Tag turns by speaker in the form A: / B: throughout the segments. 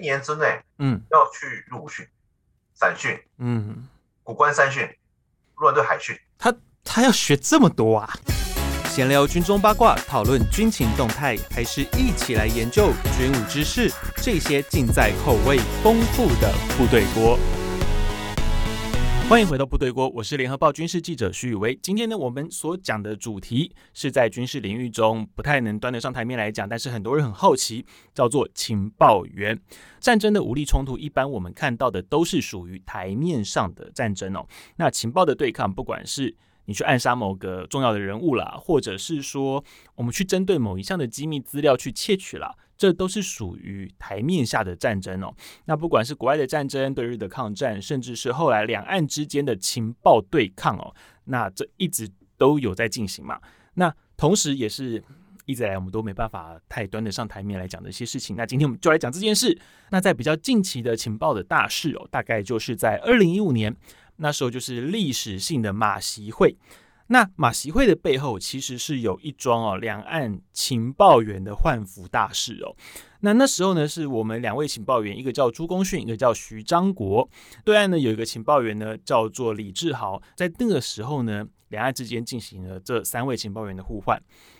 A: 年之内
B: 嗯
A: 要去陆训、散训、
B: 嗯，
A: 古关三训、陆战队海训。
B: 他他要学这么多啊？闲聊军中八卦，讨论军情动态，还是一起来研究军武知识？这些尽在口味丰富的部队锅。欢迎回到部队锅，我是联合报军事记者徐宇威。今天呢，我们所讲的主题是在军事领域中不太能端得上台面来讲，但是很多人很好奇，叫做情报员。战争的武力冲突，一般我们看到的都是属于台面上的战争哦。那情报的对抗，不管是你去暗杀某个重要的人物啦，或者是说我们去针对某一项的机密资料去窃取啦，这都是属于台面下的战争哦。那不管是国外的战争、对日的抗战，甚至是后来两岸之间的情报对抗哦，那这一直都有在进行嘛。那同时也是一直以来我们都没办法太端得上台面来讲的一些事情。那今天我们就来讲这件事。那在比较近期的情报的大事哦，大概就是在二零一五年，那时候就是历史性的马习会。那马习会的背后其实是有一桩哦，两岸情报员的换服大事哦。那那时候呢，是我们两位情报员，一个叫朱功勋，一个叫徐章国。对岸呢有一个情报员呢叫做李志豪，在那个时候呢，两岸之间进行了这三位情报员的互换。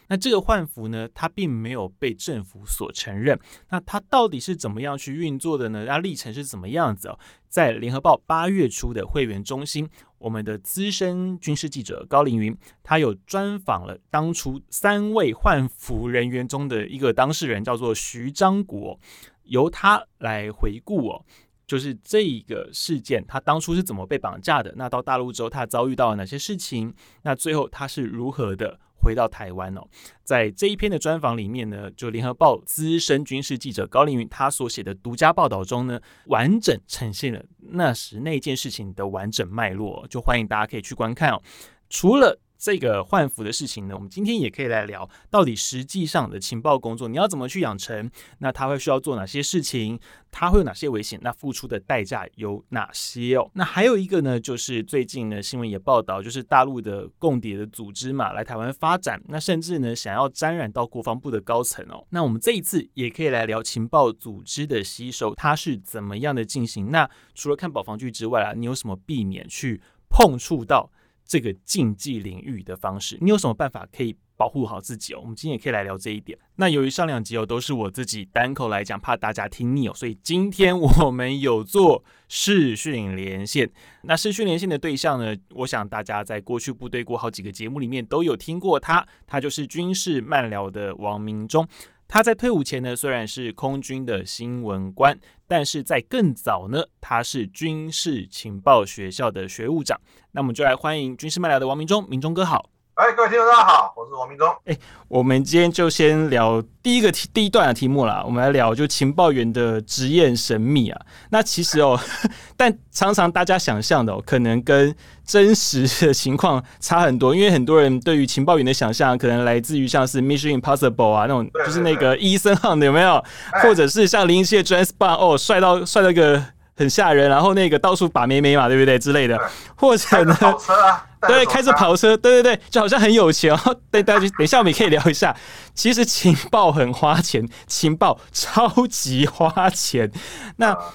B: 那这个换服呢，它并没有被政府所承认。那它到底是怎么样去运作的呢？它历程是怎么样子哦？在联合报八月初的会员中心，我们的资深军事记者高凌云，他有专访了当初三位换服人员中的一个当事人，叫做徐章国，由他来回顾哦。就是这一个事件，他当初是怎么被绑架的？那到大陆之后，他遭遇到了哪些事情？那最后他是如何的回到台湾哦？在这一篇的专访里面呢，就联合报资深军事记者高凌云他所写的独家报道中呢，完整呈现了那时那件事情的完整脉络哦，就欢迎大家可以去观看哦。除了这个换服的事情呢，我们今天也可以来聊，到底实际上的情报工作你要怎么去养成？那它会需要做哪些事情？它会有哪些危险？那付出的代价有哪些哦？那还有一个呢，就是最近呢新闻也报道，就是大陆的共谍的组织嘛，来台湾发展，那甚至呢想要沾染到国防部的高层哦。那我们这一次也可以来聊情报组织的吸收，它是怎么样的进行？那除了看保防剧之外啊，你有什么避免去碰触到？这个竞技领域的方式，你有什么办法可以保护好自己哦？我们今天也可以来聊这一点。那由于上两集哦都是我自己单口来讲，怕大家听腻哦，所以今天我们有做视讯连线。那视讯连线的对象呢，我想大家在过去部队过好几个节目里面都有听过他，他就是军事漫聊的王明忠。他在退伍前呢，虽然是空军的新闻官，但是在更早呢，他是军事情报学校的学务长。那我们就来欢迎军事漫聊的王明忠，明忠哥好。
A: 哎，各位听众大家好，我是王明忠。
B: 哎我们今天就先聊第一个题第一段的啊题目啦，我们来聊就情报员的职业神秘啊。那其实哦， 但常常大家想象的、哦、可能跟真实的情况差很多，因为很多人对于情报员的想象可能来自于像是 Mission Impossible 啊那种，
A: 对
B: 就是那个医生汉的有没有？
A: 哎
B: 或者是像林夕的 James Bond 哦，帅到帅到一个很吓人，然后那个到处把妹妹嘛，对不对之类的
A: 对，
B: 或者
A: 哎开着
B: 呢？
A: 跑车啊，
B: 对，
A: 带
B: 开着
A: 手
B: 跑车，对对对，就好像很有钱哦。对，大家等一下我们也可以聊一下。其实情报很花钱，情报超级花钱。那
A: 枪啊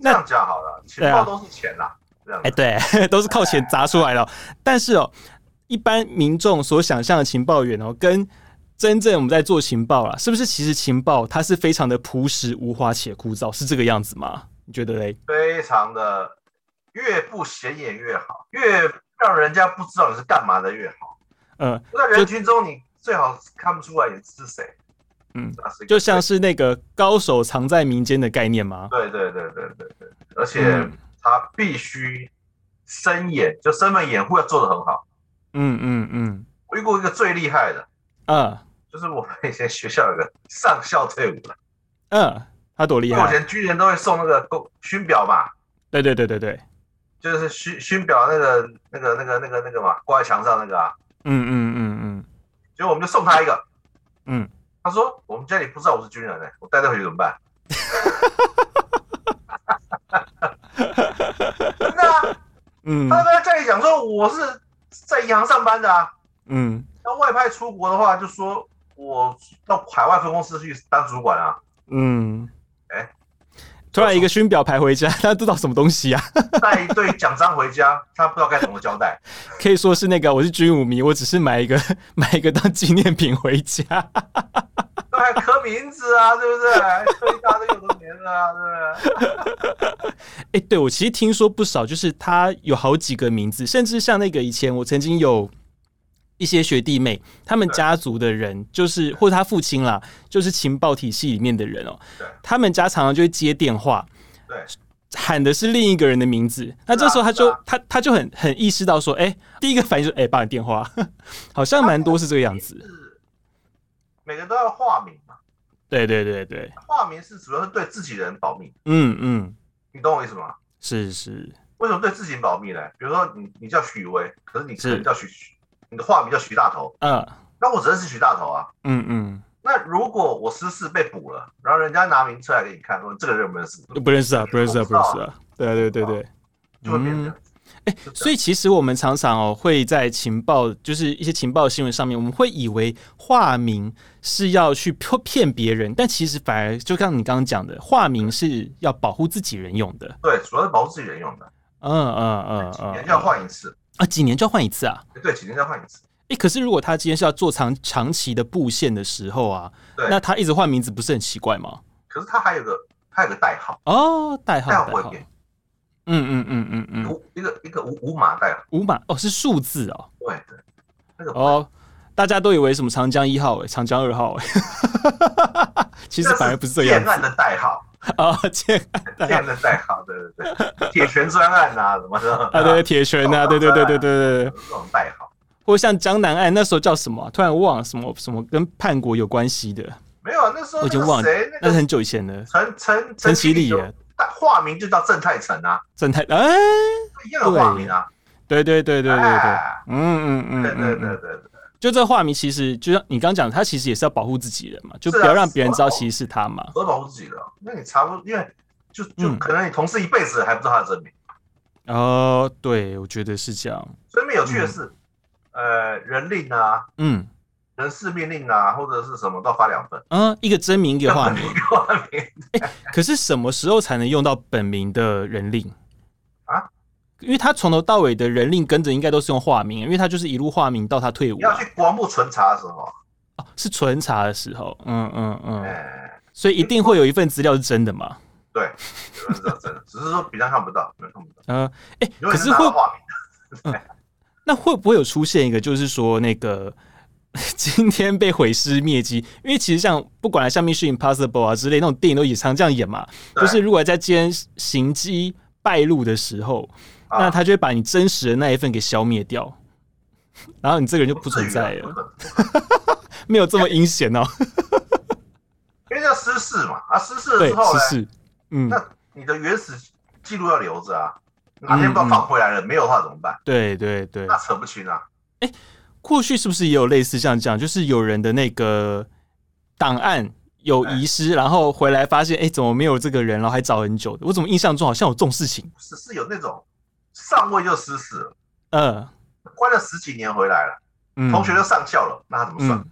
A: 这样讲好了，情
B: 对啊
A: 报都是钱啦，这样
B: 哎，对， 都是靠钱砸出来的哦、但是哦，一般民众所想象的情报员哦，跟真正我们在做情报啦，是不是？其实情报它是非常的朴实无华且枯燥，是这个样子吗？你觉得嘞？
A: 非常的越不显眼越好，越让人家不知道你是干嘛的越好。
B: 呃，
A: 在人群中，你最好看不出来你是谁。
B: 嗯
A: 那是一个
B: 就像是那个高手藏在民间的概念吗？
A: 对对对对对对，而且
B: 嗯
A: 他必须深演，就身份掩护要做得很好。
B: 嗯嗯嗯，
A: 我遇过一个最厉害的，
B: 嗯
A: 就是我们以前学校有个上校退伍的，
B: 嗯，他多厉
A: 因为我以
B: 害！
A: 前军人都会送那个公勋表嘛，
B: 对对对对对，
A: 就是勋勋表那个那个那个那个那个嘛，挂在墙上那个啊，
B: 嗯嗯嗯
A: 结果我们就送他一个，
B: 嗯
A: 他说我们家里不知道我是军人呢、欸我带带回去怎么办？ 真的啊，
B: 嗯
A: 他
B: 嗯
A: 在家里讲说我是在银行上班的啊，
B: 嗯，
A: 那外派出国的话，就说我到海外分公司去当主管啊。
B: 嗯，
A: 哎
B: 突然一个勋表牌回家，他知道什么东西啊？
A: 带一堆奖章回家，他不知道该怎么交代。
B: 可以说是那个我是军武迷，我只是买一个 买一个当纪念品回家。
A: 对啊，刻名字啊，对不对？刻一大堆有的没的啊，对不对？
B: 哎、对我其实听说不少，就是他有好几个名字，甚至像那个以前我曾经有一些学弟妹，他们
A: 对
B: 家族的人，就是或者他父亲啦，就是情报体系里面的人哦、
A: 对
B: 他们家常常就会接电话，
A: 对，
B: 喊的是另一个人的名字，那这时候他就是
A: 啊
B: 他他就很很意识到说，哎、第一个反应就是哎，爸、你电话， 好像蛮多是这个样子。
A: 是每个都要化名嘛，
B: 对对对对，
A: 化名是主要是对自己人保密，
B: 嗯嗯，
A: 你懂我意思吗？
B: 是是，
A: 为什么对自己人保密呢？比如说你你叫许巍，可是你可
B: 是
A: 能叫许，你的化名叫徐大头，
B: 嗯
A: 那我只认识徐大头啊。
B: 嗯嗯，
A: 那如果我失事被捕了，然后人家拿名册来给你看，说这个人有没有死，
B: 不认识啊，不认识啊，
A: 我
B: 不
A: 不知道
B: 认
A: 啊
B: 识啊，对啊对对对。
A: 就会变成这样子。
B: 哎、
A: 是的
B: 所以其实我们常常哦会在情报，就是一些情报新闻上面，我们会以为化名是要去骗骗别人，但其实反而就像你刚刚讲的，化名是要保护自己人用的。
A: 对，主要是保护自己人用的，
B: 嗯嗯嗯
A: 几
B: 嗯
A: 年就要
B: 嗯，
A: 换一次，
B: 啊，几年就要换一次啊？
A: 对，几年就要换一次。
B: 哎、可是如果他今天是要做长长期的布线的时候啊，
A: 对
B: 那他一直换名字不是很奇怪吗？
A: 可是它还有个它有个代号，
B: 哦，代号
A: 代号
B: 代
A: 不会
B: 号，
A: 变，
B: 嗯嗯嗯嗯嗯，
A: 五一个一个五五码代号，
B: 五码哦是数字哦
A: 对对，那个
B: 哦，大家都以为什么长江一号哎、长江二号哎、 其实反而不是这样
A: 建案的代 号，
B: 啊，建安
A: 建案的代号，对对对，铁拳专案啊，什么的
B: 啊，对，铁拳
A: 哦
B: 啊，对对对对对对对，
A: 这种代号
B: 或者像江南岸那时候叫什么啊、突然忘了什么什么跟叛国有关系的，
A: 没有啊，那时候
B: 我已经
A: 那
B: 忘
A: 个
B: 了
A: 谁，那
B: 那是
A: 个
B: 很久以前的
A: 陈陈
B: 陈
A: 其
B: 其啊礼
A: 就
B: 耶，
A: 大化名就叫郑太成啊，
B: 正太哎，
A: 一样的化名啊，
B: 对对对对对对
A: 哎，
B: 嗯嗯嗯
A: 对对
B: 嗯
A: 对
B: 嗯，
A: 对对，
B: 就这化名其实就像你刚讲，他其实也是要保护自己人嘛，就不
A: 是
B: 要
A: 啊
B: 让别人知道
A: 是啊
B: 其实是他嘛。
A: 何保护自己的？那你查不，因为就就
B: 嗯
A: 可能你同事一辈子还不知道他的真名。
B: 哦，对，我觉得是这样。
A: 所以面有趣的是，呃，人令啊，
B: 嗯
A: 人事命令啊，或者是什么都发两份，
B: 嗯，一个真名一 个化名，
A: 化名
B: 可是什么时候才能用到本名的人令
A: 啊？
B: 因为他从头到尾的人令跟着应该都是用化名，因为他就是一路化名到他退伍
A: 你
B: 啊、
A: 要去国防部存查的时候，
B: 哦是纯查的时候，嗯嗯嗯，
A: 哎，
B: 所以一定会有一份资料是真的嘛？
A: 对，有人知道真的，只是说比较看不到，没有看不到。
B: 嗯、哎、
A: 有
B: 可
A: 人
B: 是
A: 拿到
B: 会
A: 化名，
B: 那会不会有出现一个，就是说那个 今天被毁尸灭迹？因为其实像不管像《Mission Impossible》啊之类那种电影都也常这样演嘛，
A: 对
B: 就是如果在今天行迹败露的时候，
A: 啊
B: 那他就会把你真实的那一份给消灭掉， 然后你这个人就不
A: 至于
B: 存
A: 啊
B: 在
A: 不
B: 了，
A: 可能
B: 没有这么阴险 哦。
A: 因为叫失事嘛，啊，失事了
B: 对，
A: 之后呢，
B: 是是，嗯，
A: 哎那你的原始记录要留着啊，哪天
B: 嗯
A: 把它放回来了，没有的话怎么办？
B: 对对对。
A: 那扯不清啊，
B: 过去是不是也有类似像这样，就是有人的那个档案有遗失，然后回来发现，哎、怎么没有这个人，然后还找很久的？我怎么印象中好像有这种事情？
A: 是是有那种上位就失事了，
B: 嗯
A: 关了十几年回来了，
B: 嗯，
A: 同学都上校了，那他怎么算？
B: 嗯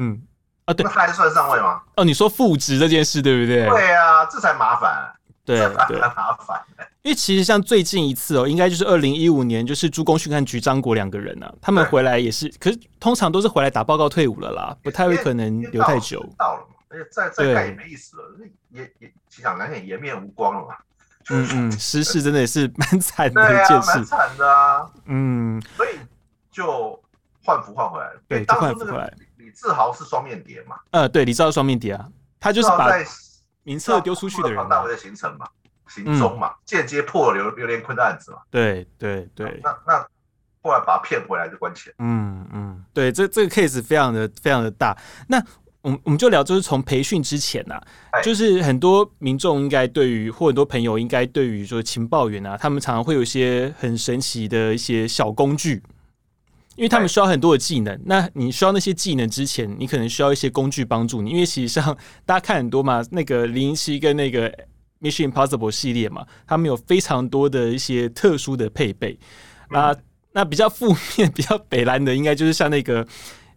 B: 嗯啊，对
A: 那他还算上位吗？
B: 哦，你说复职这件事对不对？
A: 对啊，这才麻烦，
B: 对对，
A: 很麻烦。
B: 因为其实像最近一次哦，应该就是二零一五年，就是朱功勋和局张国两个人啊，他们
A: 对
B: 回来也是，可是通常都是回来打报告退伍了啦，不太会可能
A: 因为
B: 留太久。
A: 到了嘛，而且再再
B: 对
A: 盖也没意思了，也也其实讲难听，颜面无光了嘛。
B: 嗯嗯， 失事真的也是蛮惨的
A: 对
B: 一件
A: 啊，
B: 事
A: 蛮。惨的啊，
B: 嗯，
A: 所以就换服换回来了。
B: 对
A: 因为当
B: 就换
A: 初
B: 服
A: 那
B: 回
A: 个
B: 来
A: 李李志豪是双面谍嘛，
B: 呃，对，你知道双面谍啊，他就是
A: 至少
B: 把
A: 在
B: 名册丢出去的人啊
A: 庞
B: 嘛、
A: 大伟的行程嘛，行踪嘛，间接破了刘刘连坤的案子嘛。
B: 对对对，
A: 那那后来把他骗回来就关起来。
B: 嗯嗯，对，这这个 case 非常的非常的大。那我们我们就聊，就是从培训之前啊呐、
A: 哎
B: 就是很多民众应该对于或很多朋友应该对于说情报员啊，他们常常会有一些很神奇的一些小工具。因为他们
A: 哎
B: 需要很多的技能，那你需要那些技能之前，你可能需要一些工具帮助你。因为其实上大家看很多嘛，那个零零七跟那个 Mission Impossible 系列嘛，他们有非常多的一些特殊的配备。那、那比较负面、 比较北蓝的，应该就是像那个，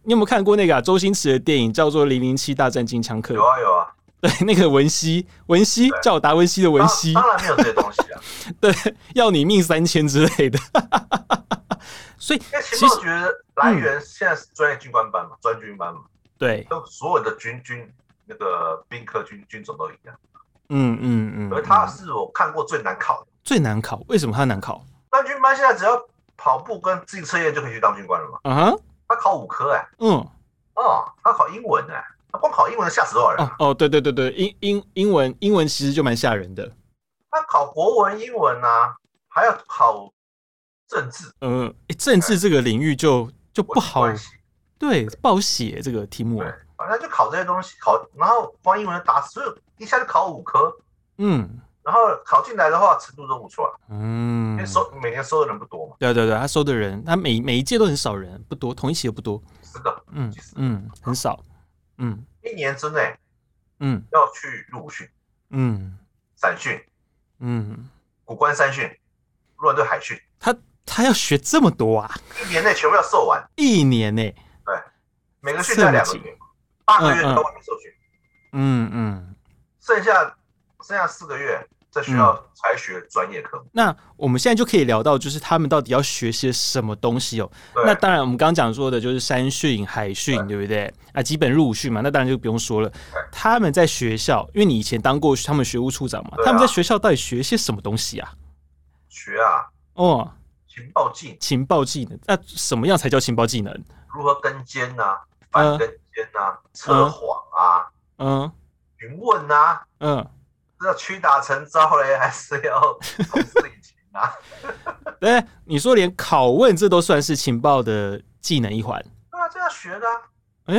B: 你有没有看过那个、啊、周星驰的电影叫做《零零七大战金枪客》
A: 有？啊有啊，
B: 对， 那个文熙，文熙
A: 对啊
B: 叫我达文西的文熙，
A: 当当然没有这些东西啊。
B: 对， 要你命三千之类的。 所以
A: 因为情
B: 其
A: 报
B: 实
A: 局的来源现在是专业军官班嘛，专军班嘛，
B: 对，
A: 都所有的军军那个兵科军军种都一样。
B: 嗯嗯嗯，
A: 而他
B: 嗯
A: 是我看过最难考的
B: 最难考，为什么他难考？
A: 专军班，现在只要跑步跟自行测验就可以去当军官了嘛。
B: 啊哈，
A: 他考五科哎、
B: 嗯，
A: 哦，他考英文哎、他光考英文吓死多少人啊、
B: 哦哦，对对对对，英英英文英文其实就蛮吓人的，
A: 他考国文、英文啊，还要考政治、
B: 嗯、诶政治这个领域就就
A: 国
B: 不
A: 际
B: 好，
A: 关系，
B: 对，不好写这个题目，
A: 对，反正就考这些东西，考然后光英文就打死，所以一下就考五科，
B: 嗯
A: 然后考进来的话程度都不错啊，因为
B: 嗯，
A: 收每年收的人不多嘛，
B: 对啊对对，他收的人，他每每一届都很少人，不多，同一期也不多，
A: 十个
B: 嗯
A: 其实
B: 嗯，很少，嗯
A: 一年之内
B: 嗯
A: 要去入伍训、
B: 嗯
A: 散训、
B: 嗯，
A: 古关三训、陆战队海训，
B: 他他要学这么多啊，
A: 一年内全部要授完，
B: 一年呢、
A: 每个训练两个月，八个月都还没受训，
B: 嗯嗯，
A: 剩下剩下四个月再需要
B: 嗯
A: 才学专业科目。
B: 那我们现在就可以聊到，就是他们到底要学些什么东西哦。
A: 对
B: 那当然，我们刚刚讲说的就是山训、海训，对不对？啊，基本入伍训嘛，那当然就不用说了。他们在学校，因为你以前当过他们学务处长嘛，
A: 对啊
B: 他们在学校到底学些什么东西啊？
A: 学啊，
B: 哦，
A: 情报技
B: 情报技能，那什么样才叫情报技能？
A: 如何跟监呐、反跟监呐、测谎啊、
B: 嗯
A: 询问呐、
B: 嗯，
A: 这要屈打成招嘞，还是要从事以情 啊？
B: 对，你说连拷问这都算是情报的技能一环。
A: 对啊，这要学的、啊，
B: 哎、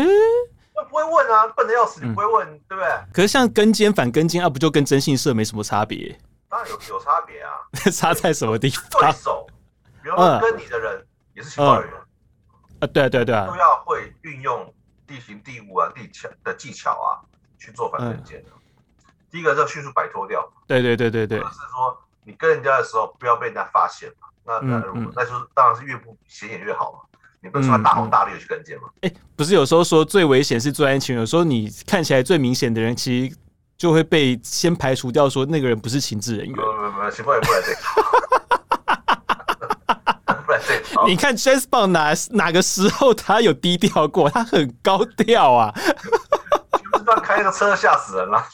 A: 那不会问啊，笨的要死，
B: 嗯
A: 你不会问，对不对？
B: 可是像跟监反跟监啊，不就跟征信社没什么差别？
A: 当然有有差别啊，
B: 差嗯在什么 地
A: 对
B: 方
A: 手，比如说跟你的人也是情报人员，
B: 啊？对啊对啊对
A: 都
B: 啊，
A: 要会运用地形、地物啊、地巧的技巧啊，去做反跟监的。第一个要迅速摆脱掉，
B: 对对对对嗯对
A: 或者，是说你跟人家的时候不要被人家发现嘛。那那
B: 嗯
A: 如果
B: 嗯
A: 那就是当然是越不显眼越好嘛。你不能穿大红大绿去跟街嘛？
B: 不是有时候说最危险是最安全，有时候你看起来最明显的人，其实就会被先排除掉，说那个人不是情治人员
A: 不。不不，情况也不来 这套，不来这套。
B: 你看 James Bond 哪哪个时候他有低调过？他很高调啊，
A: 不知道开那个车吓死人了。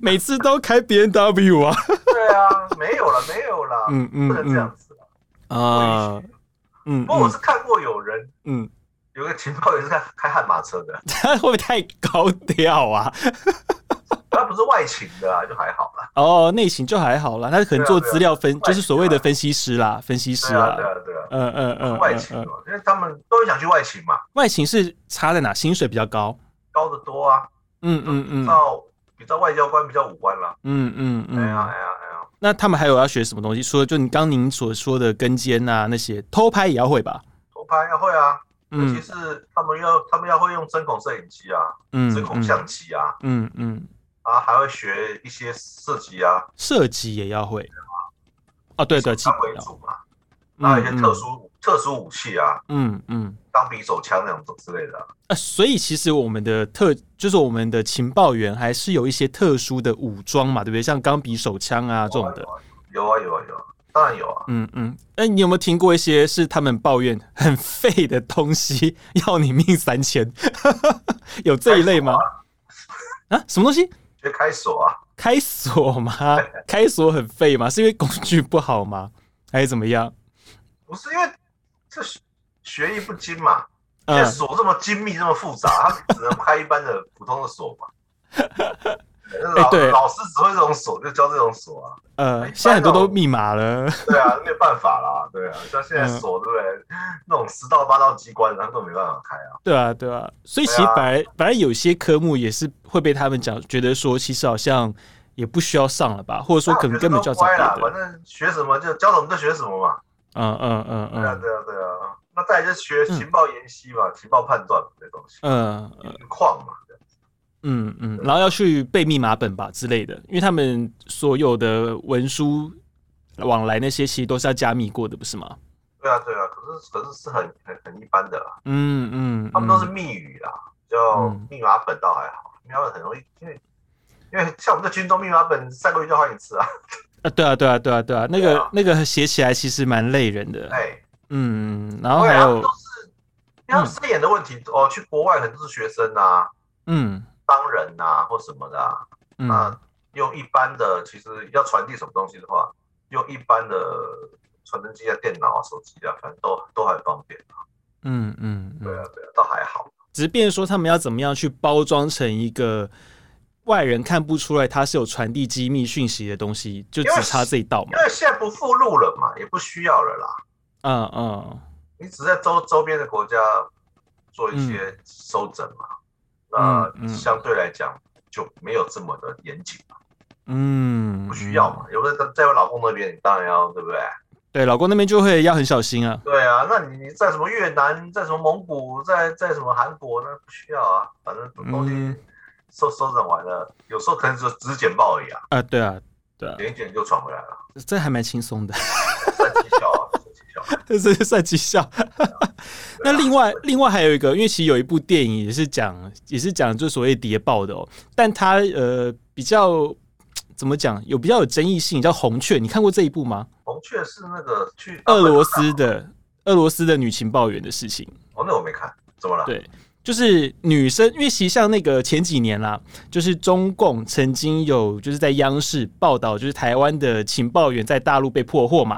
B: 每次都开 B N W 啊。
A: 对啊，没有了，没有了，
B: 嗯嗯
A: 不啊能这样子了。
B: 啊，嗯
A: 不过我
B: 嗯
A: 是看过有人
B: 嗯，
A: 有个情报员是开开悍马车的，
B: 他会不会太高调啊？
A: 他不是外勤的啊，就还好啦。
B: 哦，内勤就还好啦，他可
A: 啊
B: 能做资料分，就是所谓的分析师啦，分析师
A: 对啊，
B: 啦
A: 对。啊，对啊，
B: 嗯嗯嗯
A: 外
B: 嗯
A: 勤
B: 嗯，
A: 嘛，因为他们都很想去外勤嘛，
B: 外勤是差在哪？薪水比较高。
A: 高得多啊。
B: 嗯嗯嗯
A: 到比较外交官比较武官啦。
B: 嗯嗯
A: 哎呀
B: 嗯。
A: 哎呀哎呀，
B: 那他们还有要学什么东西？除了就你刚您所说的跟监啊那些，偷拍也要会吧？
A: 偷拍要会啊，尤其
B: 嗯
A: 是他们要他们要会用针孔摄影机啊，
B: 嗯
A: 针孔相机啊，
B: 嗯嗯，
A: 啊还会学一些设计啊，
B: 射击也要会。哦，对对，基
A: 当为
B: 本要。
A: 主嘛，那一些
B: 嗯
A: 特殊特殊武器啊，
B: 嗯嗯。
A: 当匕首枪那种之类的啊，
B: 啊，所以其实我们的特就是我们的情报员还是有一些特殊的武装嘛，对不对？像钢笔、手枪啊这种的。
A: 有啊有啊有啊，当然有啊。
B: 嗯嗯，哎、你有没有听过一些是他们抱怨很废的东西，要你命三千？ 有这一类吗？啊，什么东西？
A: 学开锁啊，
B: 开锁吗？开锁很废吗？是因为工具不好吗？还是怎么样？
A: 不是因为这学学艺不精嘛，因为
B: 嗯，
A: 锁这么精密这么复杂，他们只能开一般的普通的锁 嘛。那老、
B: 哎对
A: 老师只会这种锁，就教这种锁啊。
B: 呃，现在很多都密码了，
A: 对啊，没有办法啦，对啊，像现在
B: 嗯
A: 锁对不对？那种十到八道机关，他们都没办法开啊。
B: 对啊，对啊，所以其实
A: 对啊
B: 反而反而有些科目也是会被他们讲，觉得说其实好像也不需要上了吧，或者说可能根本就要找
A: 那我
B: 别
A: 觉啊得都乖啦，
B: 的。
A: 反正学什么就教什么就学什么嘛。
B: 嗯嗯嗯
A: 对啊，
B: 嗯
A: 对啊，对啊。那再来就学情报研析嘛，情报判断嘛这东西，
B: 嗯嗯
A: 矿嘛。
B: 嗯嗯，然后要去背密码本吧之类的，因为他们所有的文书往来那些其实都是要加密过的，不是吗？
A: 对啊，对啊。可是可是是很很很一般的啦，
B: 嗯嗯，
A: 他们都是
B: 嗯
A: 密语啦，叫
B: 嗯
A: 密码本倒还好。瞄的很容易，因为因为像我们在军中密码本三个月就好几次啊，
B: 啊，对啊，对啊，对啊，对啊，
A: 对
B: 那个
A: 啊
B: 那个写起来其实蛮累人的，
A: 哎，
B: 嗯，呃然后
A: 对
B: 还
A: 啊，他们
B: 有
A: 都，是因为他们饰演的问题哦，去国外很多是学生啊、
B: 嗯
A: 商人啊或什么的啊，
B: 嗯
A: 啊，用一般的其实要传递什么东西的话，用一般的传真机啊、电脑啊、手机啊，反正都都很方便，
B: 嗯嗯，
A: 对
B: 嗯
A: 啊，对啊，倒还好。
B: 即便说他们要怎么样去包装成一个外人看不出来它是有传递机密讯息的东西，就只差这一道嘛
A: 因，为现在不附录了嘛，也不需要了啦。
B: 嗯嗯
A: 你只在周周边的国家做一些收整嘛，
B: 嗯
A: 那
B: 嗯
A: 相对来讲就没有这么的严谨嘛，
B: 嗯，
A: 不需要嘛。有的在我老公那边，你当然要对不对？
B: 对，老公那边就会要很小心啊，
A: 对啊，那你你在什么越南，在什么蒙古，在在什么韩国，那不需要啊，反正东
B: 嗯
A: 西收收整完了，有时候可能就只是简报而已啊，
B: 啊，对啊，对啊，
A: 剪一剪就传回来了，
B: 这还蛮轻松的，
A: 算绩效啊，算绩效。
B: 这是算绩效。 那另外，另外还有一个，因为其实有一部电影也是讲，也是讲就所谓谍报的哦，但它呃比较怎么讲，有比较有争议性，叫《红雀》，你看过这一部吗？
A: 红雀是那个去
B: 俄罗斯的俄罗斯的女情报员的事情，
A: 哦，那我没看，怎么了？
B: 对，就是女生，因为其实像那个前几年啦，就是中共曾经有就是在央视报道，就是台湾的情报员在大陆被破获嘛，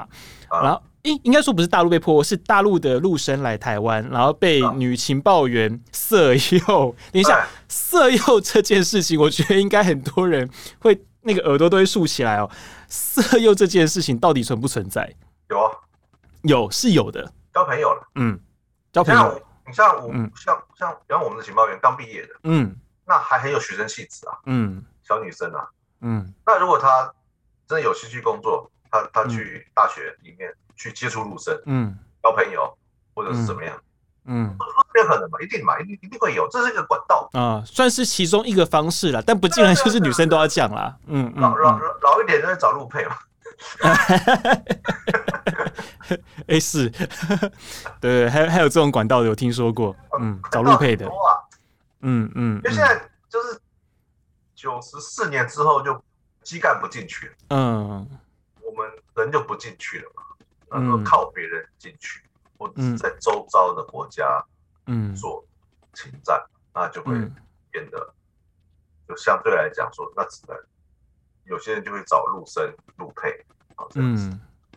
A: 啊
B: 然后应应该说不是大陆被破获，是大陆的陆生来台湾，然后被
A: 啊
B: 女情报员色诱。你想
A: 哎
B: 色诱这件事情，我觉得应该很多人会那个耳朵都会竖起来哦。色诱这件事情到底存不存在？
A: 有啊，
B: 有是有的，
A: 交朋友了。
B: 嗯，交朋
A: 像
B: 友，
A: 我，你像我，
B: 嗯
A: 像像，比方我们的情报员刚毕业的，
B: 嗯
A: 那还很有学生气质啊，
B: 嗯
A: 小女生啊。
B: 嗯
A: 那如果她真的有兴趣工作，她她去大学里面去接触陆生，
B: 嗯
A: 交朋友，或者是怎么样，
B: 嗯
A: 这有可能嘛，一定嘛，一定一定会有，这是一个管道。
B: 啊、算是其中一个方式啦，但不尽然就是女生都要讲啦，嗯嗯
A: 老老
B: 嗯，
A: 老老一点的人找陆配嘛，
B: 哎、是， 对，还有还有这种管道的有听说过，嗯，找
A: 管道
B: 陆
A: 很
B: 配的，
A: 多啊，
B: 嗯嗯
A: 因为现在就是九十四年之后就基干不进去了，
B: 嗯
A: 我们人就不进去了嘛，
B: 嗯
A: 然后靠别人进去，或者是在周遭的国家。
B: 嗯
A: 做侵占，那就会
B: 嗯
A: 变得就相对来讲说，那只能有些人就会找陆生、陆配，啊，这样子，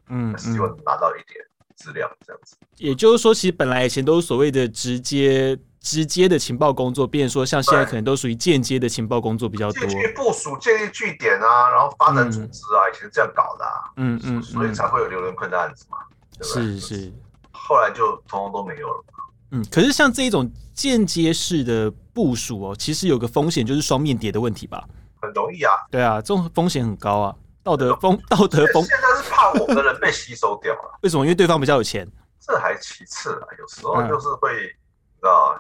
B: 嗯嗯
A: 希
B: 嗯，
A: 望拿到一点资料这样子。
B: 也就是说，其实本来以前都是所谓的直接直接的情报工作，变成说像现在
A: 对
B: 可能都属于间接的情报工作比较多
A: 进，去部署、建立据点啊，然后发展组织啊，以前是这样搞的啊，
B: 嗯嗯
A: 所以
B: 嗯，
A: 才会有刘仁坤的案子嘛，对不对？
B: 是是。
A: 后来就通通都没有了嘛，
B: 嗯，可是像这一种间接式的部署哦，其实有个风险就是双面谍的问题吧？
A: 很容易啊。
B: 对啊，这种风险很高啊，道德风 道德风
A: 现在是怕我们的人被吸收掉了，
B: 为什么？因为对方比较有钱，
A: 这还其次啊，有时
B: 嗯
A: 候就是会，你知道，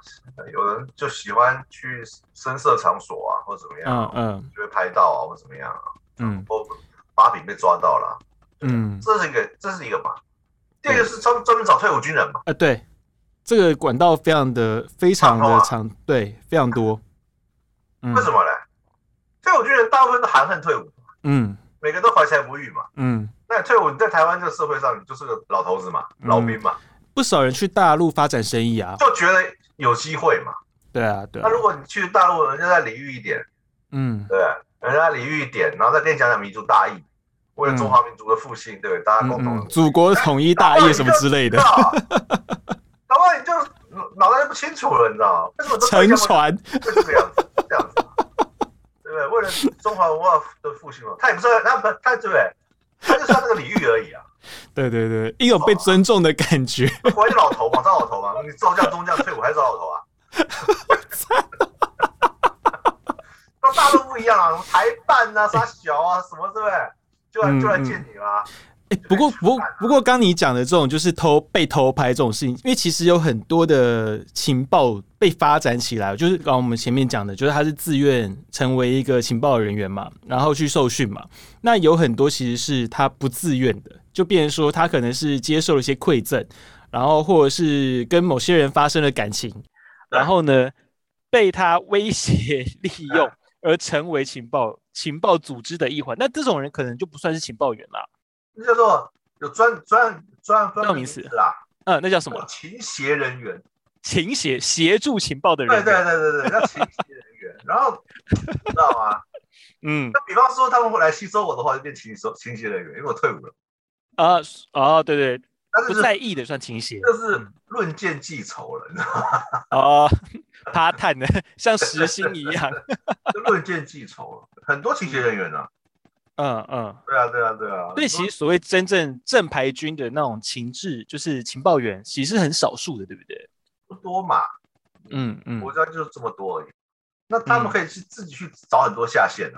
A: 有人就喜欢去深色场所啊，或者怎么样
B: 嗯
A: 啊，
B: 嗯
A: 就会拍到啊，或怎么样啊，
B: 嗯
A: 或把柄被抓到了啊，
B: 嗯，
A: 这是一个，这是一个嘛。第二个是专专门找退伍军人嘛，
B: 啊对，这个管道非常的非常的长，对，非常多。嗯
A: 为什么呢？退伍军人大部分都含恨退伍，
B: 嗯
A: 每个都怀才不遇嘛。
B: 嗯，
A: 那退伍你在台湾这个社会上，你就是个老头子嘛，
B: 嗯
A: 老兵嘛，
B: 不少人去大陆发展生意啊，
A: 就觉得有机会嘛。
B: 对啊对
A: 那
B: 啊，
A: 如果你去大陆，人家再礼遇一点，
B: 嗯
A: 对不对，人家礼遇一点，然后再跟你讲讲民族大义，为了中华民族的复兴，对不对？大家
B: 嗯
A: 共同
B: 嗯，祖国统一大业什么之类的，
A: 搞不好你就 脑袋就不清楚了，你知道吗？为什么都退
B: 沉
A: 休
B: 船，
A: 就这个样子，这样子，对不对？为了中华文化的复兴嘛，他也不算，他不，他对不对？他就算那个礼遇而已啊。
B: 对对对，一有被尊重的感觉。
A: 国外就老头嘛，找老头嘛，你中将、中将退伍还是找老头啊？那大陆不一样啊，什么台办啊、啥小啊、什么，对不对？就来就来见你啦、
B: 哎、不过不过不过，刚你讲的这种就是偷被偷拍这种事情，因为其实有很多的情报被发展起来，就是刚刚我们前面讲的，就是他是自愿成为一个情报人员嘛，然后去受训嘛。那有很多其实是他不自愿的，就变成说他可能是接受了一些馈赠，然后或者是跟某些人发生了感情，然后呢被他威胁 利用而成为情报情报组织的一环。那这种人可能就不算是情报员啦。
A: 那叫做有专专专专
B: 名词
A: 啦，
B: 嗯，那叫什么？
A: 勤协人员。
B: 情协协助情报的人
A: 对
B: 员。
A: 对对对对，叫勤协人员。然后你知道吗？
B: 嗯
A: 那比方说他们会来吸收我的话，就变勤收勤协人员，因为我退伍了。
B: 啊哦，对对，
A: 但
B: 不
A: 是
B: 在意的算情协
A: 这是论剑记仇了，你知道吗？
B: 哦， 趴探的像实心一 样。
A: 就论剑记仇了，很多勤协人员啊。
B: 嗯嗯，
A: 对啊对啊对啊。
B: 所以其实所谓真正正牌军的那种情治，就是情报员，其实是很少数的，对不对？
A: 不多嘛，
B: 嗯嗯
A: 国家就这么多而已。那他们可以去自己去找很多下线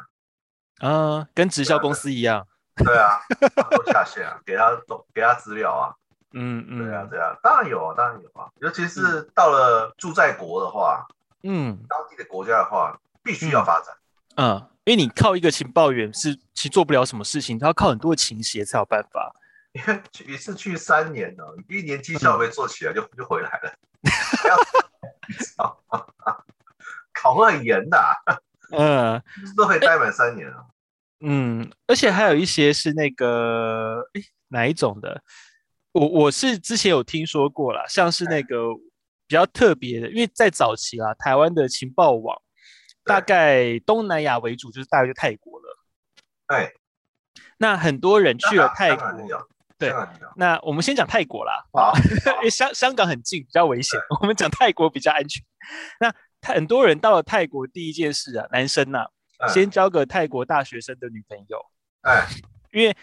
A: 啊，
B: 啊，跟直销公司一样。
A: 对 啊，找很多下线啊，给他懂，给他资料啊，
B: 嗯
A: 对啊
B: 嗯
A: 对啊，当然有啊，当然有啊，尤其是到了驻在国的话，
B: 嗯
A: 当地的国家的话，必须要发展。
B: 嗯，因为你靠一个情报员是其实做不了什么事情，他要靠很多的情协才有办法。
A: 因为去一次去三年呢，一年绩效没做起 来就就回来了， 你知道吗考核很严的 啊，
B: 嗯，
A: 都可以待满三年啊。
B: 嗯，而且还有一些是那个，诶，哪一种的？我我是之前有听说过啦，像是
A: 嗯
B: 那个比较特别的，因为在早期啦，台湾的情报网大概东南亚为主，就是大约就泰国了。
A: 哎，
B: 那很多人去了
A: 啊
B: 泰
A: 香港人
B: 国，
A: 有，
B: 对
A: 香港人有
B: 那我们先讲泰国啦，
A: 好，
B: 因为香香港很近，比较危险。 我们讲泰国比较安全。那泰很多人到了泰国，第一件事啊，男生呐、
A: 嗯
B: 先交个泰国大学生的女朋友。
A: 哎，
B: 因为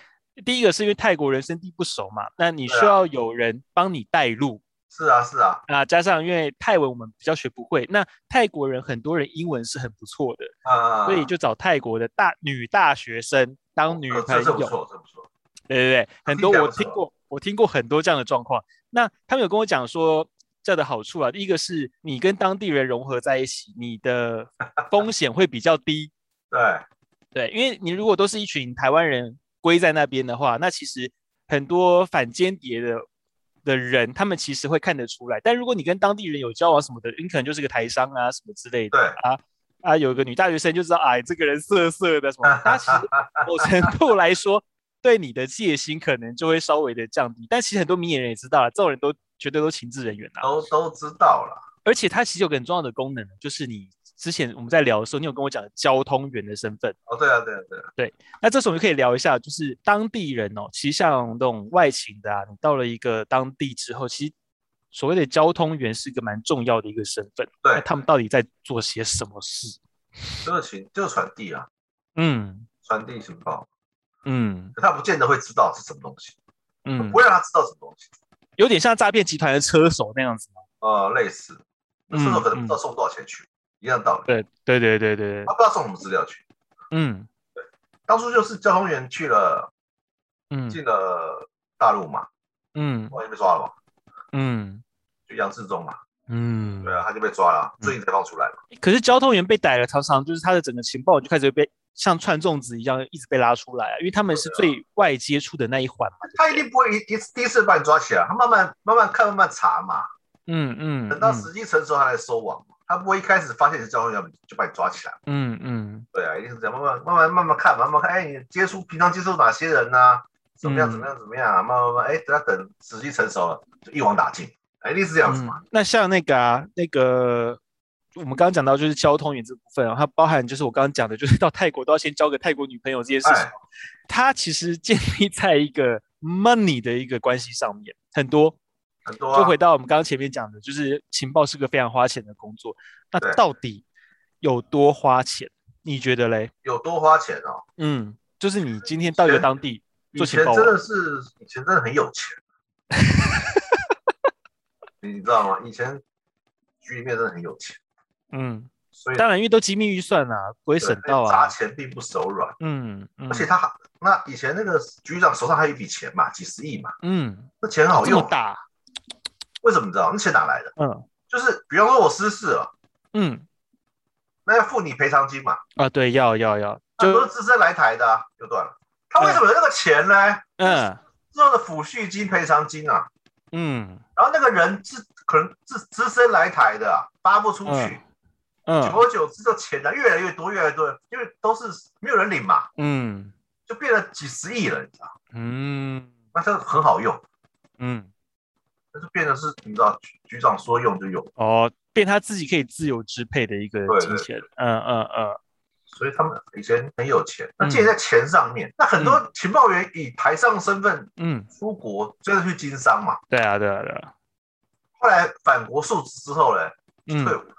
B: 第一个是因为泰国人生地不熟嘛，那你
A: 对啊
B: 需要有人帮你带路
A: 是啊是啊，
B: 啊，加上因为泰文我们比较学不会，那泰国人很多人英文是很不错的，
A: 啊，
B: 所以就找泰国的大女大学生当女
A: 呃
B: 朋
A: 这这不
B: 友。
A: 错，这不错，
B: 对对对，很
A: 听
B: 多
A: 起来
B: 我
A: 不
B: 听
A: 错
B: 过，我听过很多这样的状况。那他们有跟我讲说，这样的好处啊，第一个是你跟当地人融合在一起，你的风险会比较低。
A: 对，
B: 对，因为你如果都是一群台湾人归在那边的话，那其实很多反间谍的的人，他们其实会看得出来。但如果你跟当地人有交往什么的，你可能就是个台商啊什么之类的
A: 对
B: 啊啊，有个女大学生就知道，哎，这个人色色的什么，他其实某程度来说，对你的戒心可能就会稍微的降低。但其实很多明眼人也知道了，这种人都绝对都情治人员啊。
A: 都都知道了，
B: 而且它其实有个很重要的功能，就是你之前我们在聊的时候，你有跟我讲交通员的身份。
A: 哦，对啊对啊对啊，
B: 那这时候我们就可以聊一下，就是当地人哦，其实像那种外勤的啊，你到了一个当地之后，其实所谓的交通员是一个蛮重要的一个身份。那
A: 对，
B: 他们到底在做些什么事？
A: 就是情就是传递啊，
B: 嗯
A: 传递情报，
B: 嗯
A: 可他不见得会知道是什么东西，
B: 嗯
A: 不，会让他知道什么东西，
B: 有点像诈骗集团的车手那样子吗
A: 呃，类似，那射手可能不知道送多少钱去，一样道理，
B: 嗯对对对对对对
A: 他，不知道送什么资料去。
B: 嗯
A: 当初就是交通员去了
B: 嗯
A: 进了大陆嘛，
B: 嗯
A: 后来就被抓了嘛，
B: 嗯
A: 就杨志忠嘛，
B: 嗯，
A: 对啊，他就被抓了，
B: 嗯
A: 最近才放出来嘛。
B: 可是交通员被逮了，常常就是他的整个情报就开始被像串粽子一样一直被拉出来啊，因为他们是最外接触的那一环嘛。对不
A: 他一
B: 对
A: 定不会一一第一次把你抓起来，他慢慢慢慢看，慢慢查嘛，
B: 嗯嗯，
A: 等到
B: 嗯
A: 时机成熟他来收网嘛。他不会一开始发现你是交通员就把你抓起来，
B: 嗯嗯
A: 对啊，一定是这样，慢慢慢慢慢慢看，慢慢看，哎，你接触平常接触哪些人呢、怎么样
B: 嗯
A: 怎么样怎么样啊？慢慢慢慢，哎，等他等时机成熟了，就一网打尽，哎，一定是这样子嘛。
B: 嗯，那像那个啊，那个我们刚刚讲到就是交通员这部分啊，它包含就是我刚刚讲的，就是到泰国都要先交个泰国女朋友这件事情
A: 哎，
B: 它其实建立在一个 money 的一个关系上面，很多
A: 很多、啊、
B: 就回到我们刚刚前面讲的，就是情报是个非常花钱的工作，那
A: 对
B: 到底有多花钱？你觉得嘞？
A: 有多花钱哦。
B: 嗯，就是你今天到一个
A: 钱
B: 当地
A: 以
B: 做情
A: 前
B: 报
A: 真
B: 网，
A: 的是，以前真的很有钱， 你知道吗？以前局里面真的很有钱，
B: 嗯，
A: 所以
B: 当然因为都机密预算啊，不会
A: 对
B: 省到
A: 砸
B: 啊，
A: 钱并不手软。
B: 嗯嗯
A: 而且他那以前那个局长手上还有一笔钱嘛，几十亿嘛，
B: 嗯，
A: 那钱很好
B: 这么
A: 用。
B: 大，
A: 为什么你知道？那钱哪来的？
B: 嗯。
A: 就是比方说我失事了，
B: 嗯
A: 那要付你赔偿金嘛，
B: 啊，对，要要要，
A: 很
B: 就
A: 多自身来台的、啊、就断了。他为什么有那个钱呢？
B: 嗯
A: 之后的抚恤金、赔偿金啊，
B: 嗯
A: 然后那个人自可能自自身来台的啊、发不出去，
B: 嗯
A: 久
B: 嗯
A: 而久之，这钱呢啊越来越多，越来越多，因为都是没有人领嘛，
B: 嗯
A: 就变了几十亿了，你知道？
B: 嗯
A: 那它很好用，
B: 嗯，
A: 但是变得是你知道，局局长说用就用，
B: 哦，变他自己可以自由支配的一个
A: 对
B: 金
A: 对
B: 钱，嗯嗯嗯，
A: 所以他们以前很有钱。那
B: 嗯
A: 既然在钱上面，那很多情报员以台上身份
B: 嗯，
A: 出国，真的去经商嘛。
B: 对啊对啊对啊，
A: 后来反国述职之后呢，就退
B: 嗯
A: 伍了，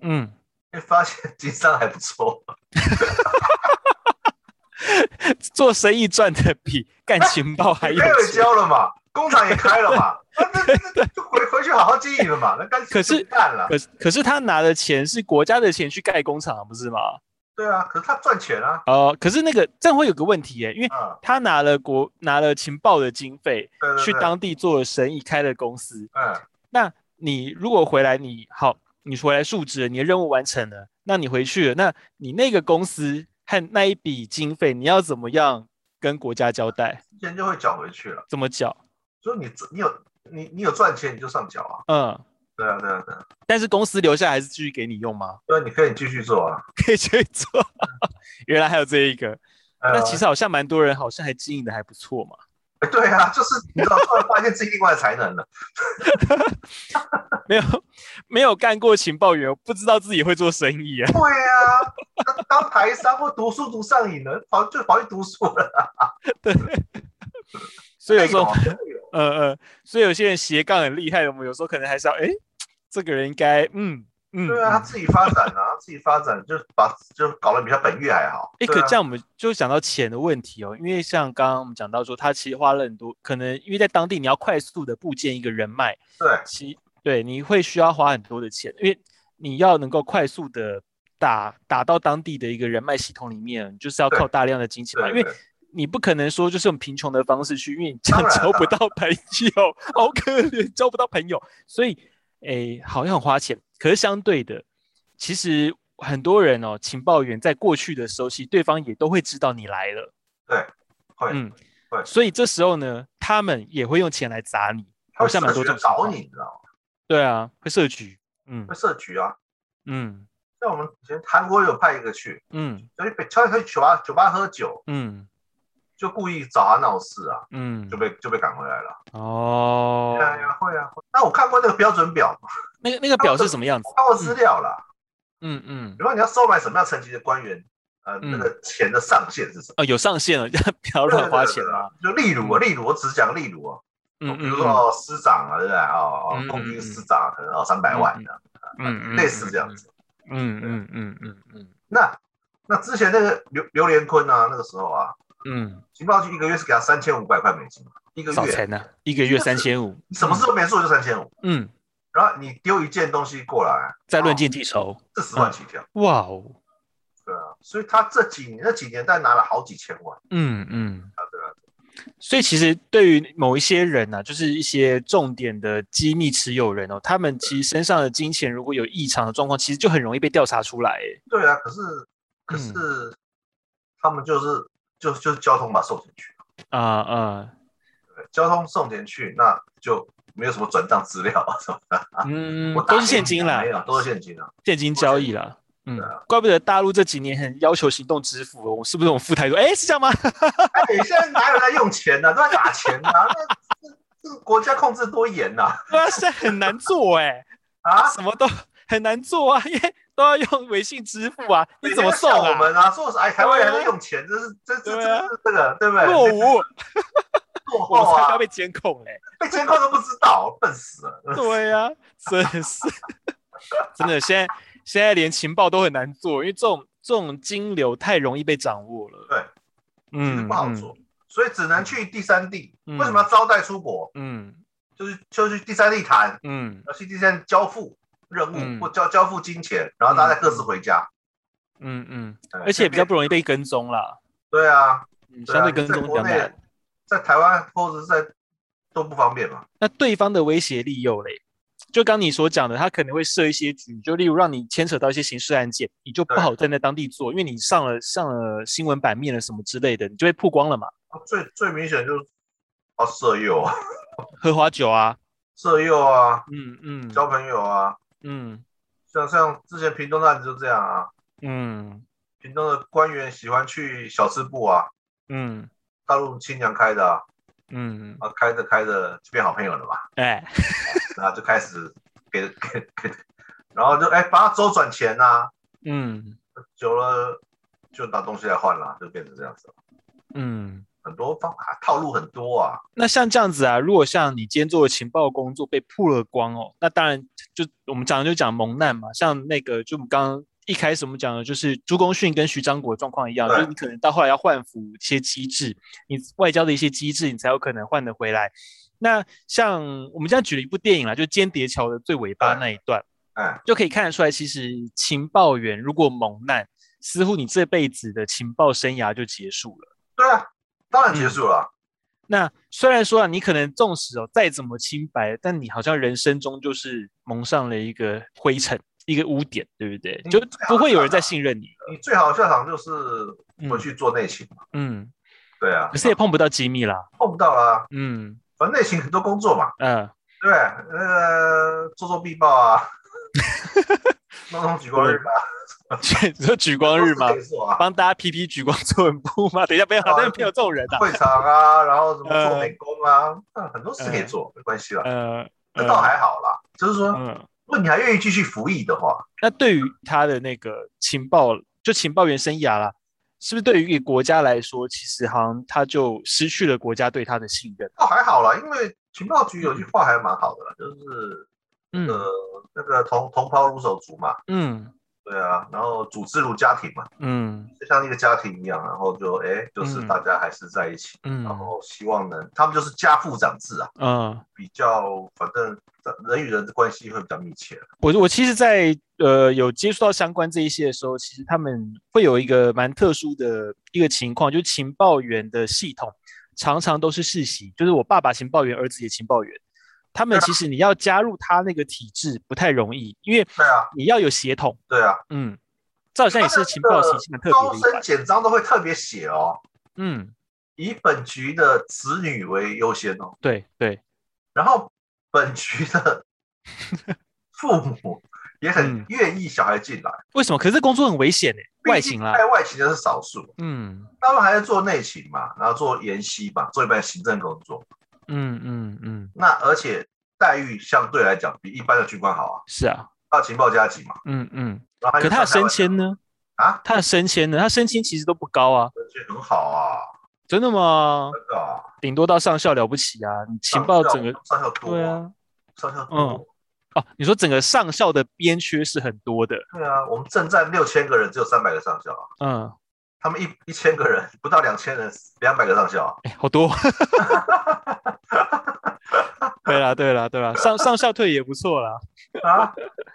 B: 嗯，
A: 因为发现经商还不错，
B: 做生意赚的比干情报 还 有
A: 没有
B: 钱，
A: 交了嘛，工厂也开了 嘛，那那那就回回去好好经营了嘛，那干脆
B: 可是
A: 就不干了。
B: 可是可是他拿的钱是国家的钱去盖工厂，不是吗？
A: 对啊，可是他赚钱啊，
B: 哦，可是那个这样会有个问题耶，因为
A: 啊，
B: 他拿了国拿了情报的经费，
A: 对对对，
B: 去当地做了生意，开了公司。
A: 嗯，
B: 那你如果回来你，好，你回来述职了，你的任务完成了，那你回去了，那你那个公司和那一笔经费，你要怎么样跟国家交代？
A: 之前就会缴回去了。
B: 怎么缴？
A: 所以你你有你你有赚钱你就上缴啊，
B: 嗯，
A: 对啊对啊对啊，
B: 但是公司留下还是继续给你用吗？
A: 对啊，你可以继续做啊。
B: 可以去做。 原来还有这一个，
A: 呃
B: 那其实好像蛮多人好像还经营的还不错嘛。
A: 对啊，就是你知道，突然发现自己另外的才能了。
B: 没有没有干过情报员，不知道自己会做生意啊。
A: 对啊，那当台商或读书读上瘾了，跑就跑去读书了。
B: 所以有时候，
A: 真的有
B: 呃呃，所以有些人斜杠很厉害，我们有时候可能还是要，哎，这个人应该，嗯嗯，
A: 对啊，他
B: 嗯，
A: 自己发展啊，自己发展就把就搞得比他本月还好。
B: 哎，
A: 对
B: 可
A: 啊
B: 这样我们就想到钱的问题哦，因为像刚刚我们讲到说，他其实花了很多，可能因为在当地你要快速的构建一个人脉，
A: 对
B: 其对你会需要花很多的钱，因为你要能够快速的打打到当地的一个人脉系统里面，就是要靠
A: 对
B: 大量的金钱嘛，因
A: 对
B: 为
A: 对，
B: 你不可能说就是用贫穷的方式去，因为你这样
A: 当然啊
B: 交不
A: 当
B: 到朋友，好可怜，交不到朋友。所以，诶，好像很花钱，可是相对的，其实很多人哦，情报员在过去的时候，其实对方也都会知道你来了，
A: 会
B: 嗯
A: 对
B: 所以这时候呢，他们也会用钱来砸你，
A: 他
B: 好
A: 会
B: 像蛮
A: 社
B: 多
A: 局
B: 这
A: 来
B: 种情
A: 找
B: 况
A: 你，，你知道吗？
B: 对啊，会设局，嗯
A: 会社局啊，
B: 嗯
A: 像我们以前韩国有派一个去，
B: 嗯
A: 就是被他去酒吧酒吧喝酒，
B: 嗯
A: 就故意找他闹事啊，
B: 嗯
A: 就，被就被赶回来了。
B: 哦
A: 对，啊，会啊。会那我看过那个标准表嘛，
B: 那个那个表是什么样子
A: 我？看过资料啦。
B: 嗯嗯
A: 比，方你要收买什么样层级的官员，呃，
B: 嗯
A: 那个钱的上限是什么？
B: 哦，有上限了， 不要乱花钱啊。
A: 对对对对就例如啊，例如我只讲例如啊，
B: 嗯
A: 比
B: 嗯
A: 如说哦师长啊，对不对？哦
B: 嗯
A: 哦，空
B: 嗯嗯
A: 军师长啊可能哦三百万的，
B: 嗯，嗯
A: 类似这样。子。啊
B: 嗯嗯嗯嗯嗯
A: 那那之前那个刘刘连坤啊，那个时候啊，
B: 嗯
A: 情报局一个月是给他三千五百块美金嘛，一个
B: 嗯，少
A: 月
B: 钱呢，一个月三千五。
A: 你什么事都没做就三千五，
B: 嗯，
A: 然后你丢一件东西过来，
B: 再论尽记仇。
A: 四十万起跳。
B: 哇哦，
A: 对啊，所以他这几年那几年，但拿了好几千万。
B: 嗯嗯
A: 啊对啊。
B: 所以其实对于某一些人呢、啊，就是一些重点的机密持有人哦，他们其实身上的金钱如果有异常的状况，其实就很容易被调查出来。哎
A: 对啊，可是可
B: 嗯
A: 是他们就是就就是交通把送钱去，
B: 啊啊，
A: 对交通送钱去，那就没有什么转账资料啊什么的，
B: 嗯
A: 我，打
B: 都是现金啦
A: 没，有，都是现金啊。
B: 现金交易啦。嗯
A: 对啊，
B: 怪不得大陆这几年很要求行动支付哦，我是不是我们副台说，哎，是这样吗？
A: 哎，现在哪有在用钱呢、都在打钱呢、啊？那这这个国家控制多严呐、
B: 对啊，现在很难做哎、
A: 啊！
B: 什么都很难做啊，因为都要用微信支付啊， 你怎么送
A: 每天在笑我
B: 啊？
A: 们啊，说是哎，台湾人还在用钱，这是这这这
B: 对啊
A: 这这个对不对？
B: 落伍，
A: 落
B: 我
A: 后
B: 们才不
A: 啊
B: 要，被监控嘞、
A: 被监控都不知道，笨死了。
B: 对呀、啊，真是，真的，现在现在连情报都很难做，因为这种这种金流太容易被掌握了。
A: 对，其实
B: 嗯，
A: 不好做，所以只能去第三地。
B: 嗯
A: 为什么要招待出国？
B: 嗯。
A: 就是就是去第三地谈，
B: 嗯
A: 要去第三地交付任务、
B: 嗯
A: 或交交付金钱，然后大家各自回家。
B: 嗯嗯嗯，
A: 哎
B: 而且比较不
A: 就
B: 容易被跟踪啦，
A: 对啊，
B: 嗯
A: 对啊
B: 相对跟踪
A: 在
B: 比
A: 国
B: 较
A: 内
B: 难。，
A: 在台湾或者是在都不方便嘛。
B: 那对方的威胁利诱嘞，就刚你所讲的，他可能会设一些局，就例如让你牵扯到一些刑事案件，你就不
A: 对
B: 好站在当地做，因为你上了上了新闻版面了什么之类的，你就会曝光了嘛。
A: 哦最最明显就是啊，色诱啊，
B: 喝花酒啊，
A: 色诱啊，
B: 嗯嗯
A: 交朋友啊，
B: 嗯
A: 像像之前屏东那里就这样啊，
B: 嗯
A: 屏东的官员喜欢去小吃部啊，
B: 嗯
A: 大陆亲娘开的啊，
B: 嗯，
A: 啊开着开着就变好朋友了嘛，
B: 哎，
A: 然后就开始给给给，然后就哎把它周转钱呐、
B: 嗯
A: 久了就拿东西来换啦，就变成这样子了。
B: 嗯。
A: 很多方法套路很多啊，
B: 那像这样子啊，如果像你今天做的情报工作被曝了光哦，那当然就我们讲就讲蒙难嘛，像那个就我们刚刚一开始我们讲的就是朱公训跟徐章国的状况一样，就
A: 对
B: 是你可能到后来要换服一些机制，你外交的一些机制，你才有可能换得回来。那像我们这样举了一部电影啦，就《间谍桥》的最尾巴
A: 对
B: 那一段，
A: 哎，
B: 就可以看得出来，其实情报员如果蒙难，似乎你这辈子的情报生涯就结束了。
A: 对啊，当然结束了啊。
B: 那虽然说啊，你可能纵使哦再怎么清白，但你好像人生中就是蒙上了一个灰尘，一个污点，对不对？
A: 嗯
B: 就
A: 对啊
B: 不会有人
A: 当然
B: 再
A: 啊
B: 信任你了。
A: 你最好的下场就是回
B: 嗯
A: 去做内勤嘛，
B: 嗯，
A: 对啊，
B: 可是也碰不到机密啦。
A: 碰不到啦、
B: 嗯
A: 反正内勤很多工作嘛，
B: 嗯，
A: 对，呃，做做必报啊， 弄弄举光日啊，
B: 你说举光日吗
A: 都是可？以做啊，
B: 帮大家批批举光作文部吗？等一下，不要，
A: 啊
B: 但是没有这种人 啊。
A: 会场啊，然后什么
B: 呃
A: 做美工啊，那很多事可以做，没关系啦，
B: 呃，
A: 这倒
B: 呃
A: 还好啦。就是说，如
B: 嗯，
A: 果你还愿意继续服役的话，
B: 那对于他的那个情报，就情报员生涯啦，是不是对于一个国家来说，其实好像他就失去了国家对他的信任？
A: 倒还好啦，因为情报局有句话还蛮好的啦，就是
B: 嗯
A: 呃那个同同胞如手足嘛，
B: 嗯。
A: 对啊，然后组织如家庭嘛，
B: 嗯
A: 就像一个家庭一样，然后就哎，就是
B: 嗯
A: 大家还是在一起，
B: 嗯
A: 然后希望能，他们就是家父长制啊，
B: 嗯，
A: 比较反正人与人的关系会比较密切。
B: 我我其实在，呃有接触到相关这一些的时候，其实他们会有一个蛮特殊的一个情况，就是情报员的系统常常都是世袭，就是我爸爸情报员，儿子也情报员。他们
A: 对啊
B: 其实你要加入他那个体制不太容易，因为
A: 对啊，
B: 你要有血统。
A: 对啊，
B: 嗯，这好像也是情报体系蛮特
A: 招
B: 别的一
A: 生
B: 环。
A: 简章都会特别写哦，
B: 嗯，
A: 以本局的子女为优先哦，
B: 对对，
A: 然后本局 的父母也很
B: 嗯
A: 愿意小孩进来，
B: 为什么？可是这工作很危险诶、欸外
A: 毕
B: 勤
A: 竟
B: 啦。
A: 带外勤的是少数，
B: 嗯
A: 他们还是做内勤嘛，然后做研习嘛，做一般行政工作。
B: 嗯嗯嗯，
A: 那而且待遇相对来讲比一般的军官好啊，
B: 是啊，
A: 到情报加级嘛。
B: 嗯嗯。
A: 然后
B: 可
A: 就
B: 他的
A: 上下
B: 升迁呢？
A: 来啊，
B: 他的升迁呢？他升迁其实都不高啊，
A: 升迁很好啊，
B: 真的吗？
A: 真的啊。
B: 顶多到上校了不起啊，你情报整个
A: 上校多，
B: 对，啊，
A: 上校
B: 嗯
A: 多，
B: 哦，你说整个上校的编缺是很多的，
A: 对啊，我们正战六千个人，只有三百个上校啊，
B: 嗯，
A: 他们一一千个人不到两千人，两百个上 校啊，
B: 哎，好多。对啦，对啦，对啦，上上校退也不错啦，
A: 啊，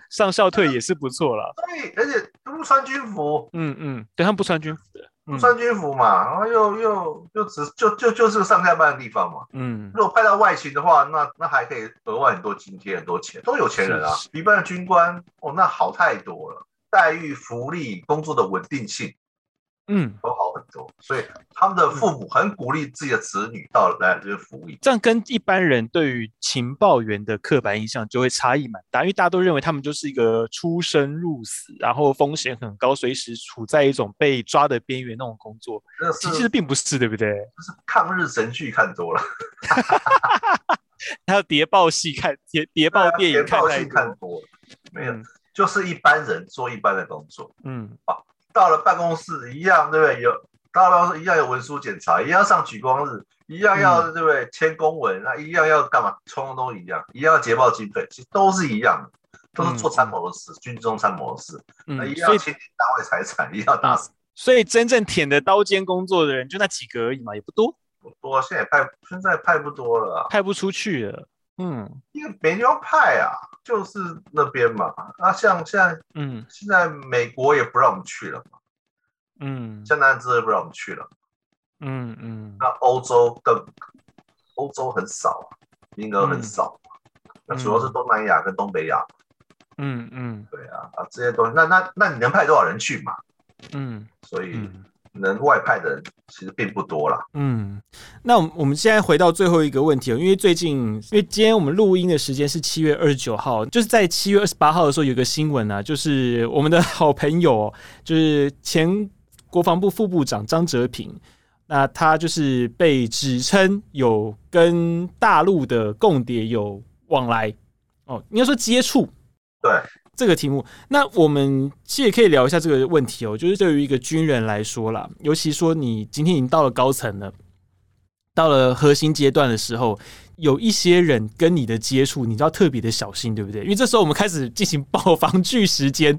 B: 上校退也是不错啦。
A: 所以而且都不穿军服，
B: 嗯嗯，对他们不穿军服的，
A: 不
B: 嗯
A: 穿军服嘛，然后又又又只就就就是上下班的地方嘛。
B: 嗯
A: 如果派到外勤的话，那那还可以额外很多津贴、很多钱，都有钱人啊
B: 是，
A: 比一般的军官哦，那好太多了，待遇、福利、工作的稳定性
B: 嗯，
A: 都好很多，所以他们的父母很鼓励自己的子女到来这边服役。
B: 这样跟一般人对于情报员的刻板印象就会差异蛮大，因为大家都认为他们就是一个出生入死，然后风险很高，随时处在一种被抓的边缘那种工作。
A: 那是
B: 其实并不是，对不对？
A: 抗日神剧看多了，
B: 还有谍报戏看 谍谍报 电影看嗯
A: 报
B: 太
A: 戏
B: 多
A: 看，多了，没有，就是一般人做一般的工作。
B: 嗯
A: 到了办公室一样，对不对？有到了办公室一样有文书检查，一样上举光日，一样要、
B: 嗯
A: 对不对？签公文，那一样要干嘛？通通都一样，一样要捷报经费，其实都是一样的，都是做参谋的事，军中参谋的事，
B: 嗯
A: 那呃一
B: 嗯，
A: 样
B: 所
A: 要
B: 以嗯
A: 清点单位财产，一样打死。
B: 所以真正舔的刀尖工作的人就那几个而已嘛，也不多，
A: 不多，现在也派现在派不多了啊、
B: 派不出去了。嗯
A: 因为没地方派啊，就是那边嘛。那像现在
B: 嗯
A: 现在美国也不让我们去了嘛，
B: 嗯
A: 像南之也不让我们去了。
B: 嗯嗯
A: 那欧洲更，欧洲很少啊，名额很少嘛、那主要是东南亚跟东北亚，
B: 嗯嗯
A: 对啊啊这些东西，那那那你能派多少人去嘛？
B: 嗯
A: 所以
B: 嗯
A: 能外派的人其实并不多啦。
B: 嗯，那我们我们现在回到最后一个问题哦，因为最近，因为今天我们录音的时间是七月二十九号，就是在七月二十八号的时候，有个新闻啊，就是我们的好朋友哦，就是前国防部副部长张哲平，那他就是被指称有跟大陆的共谍有往来哦，应该说接触，
A: 对，
B: 这个题目。那我们其实也可以聊一下这个问题哦，就是对于一个军人来说啦，尤其说你今天已经到了高层了，到了核心阶段的时候，有一些人跟你的接触，你都要特别的小心，对不对？因为这时候我们开始进行爆防具时间，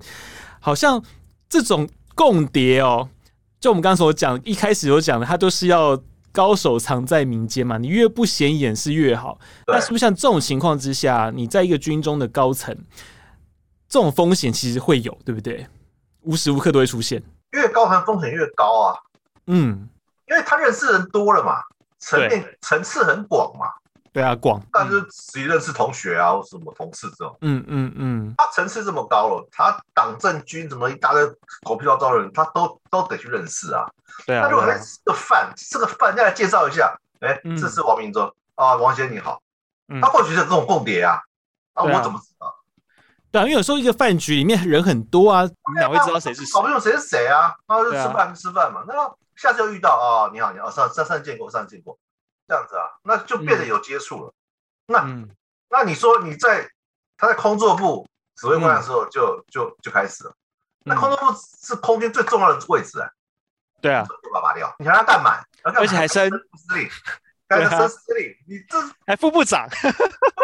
B: 好像这种共谍哦，就我们刚刚所讲，一开始有讲的，它都是要。高手藏在民间嘛，你越不显眼是越好。
A: 对
B: 那是不是像这种情况之下，你在一个军中的高层，这种风险其实会有，对不对？无时无刻都会出现。
A: 越高层风险越高啊，
B: 嗯，
A: 因为他认识人多了嘛，层
B: 对
A: 面层次很广嘛，
B: 对啊，广，
A: 那就是自己认识同学啊，或什么同事这种。
B: 嗯嗯嗯，
A: 他层次这么高了，他党政军什么一大堆狗屁倒灶的人，他都都得去认识啊。
B: 对啊，
A: 那如果
B: 对
A: 他
B: 啊
A: 是个犯，是个犯，再来介绍一下，哎
B: 嗯，
A: 这是王明忠啊，王先生你好
B: 嗯，
A: 他或许是跟我共谍啊，啊，
B: 对啊
A: 我怎么知道？
B: 对啊，因为有时候一个饭局里面人很多啊，你哪会知道谁是谁
A: 搞？不清楚谁是谁啊？然后就
B: 对啊
A: 吃饭吃饭嘛，那下次又遇到啊，你好你好，上上上见过上见过，这样子啊，那就变得有接触了。
B: 嗯，
A: 那你说你在他在空作部指挥官的时候就、就就开始了，那空
B: 嗯
A: 作部是空军最重要的位置啊，
B: 对啊，
A: 就把它拔掉，你还让他干嘛？要干嘛
B: 而且还升
A: 司令，干
B: 对啊
A: 升司令，你这
B: 还副部长，
A: 对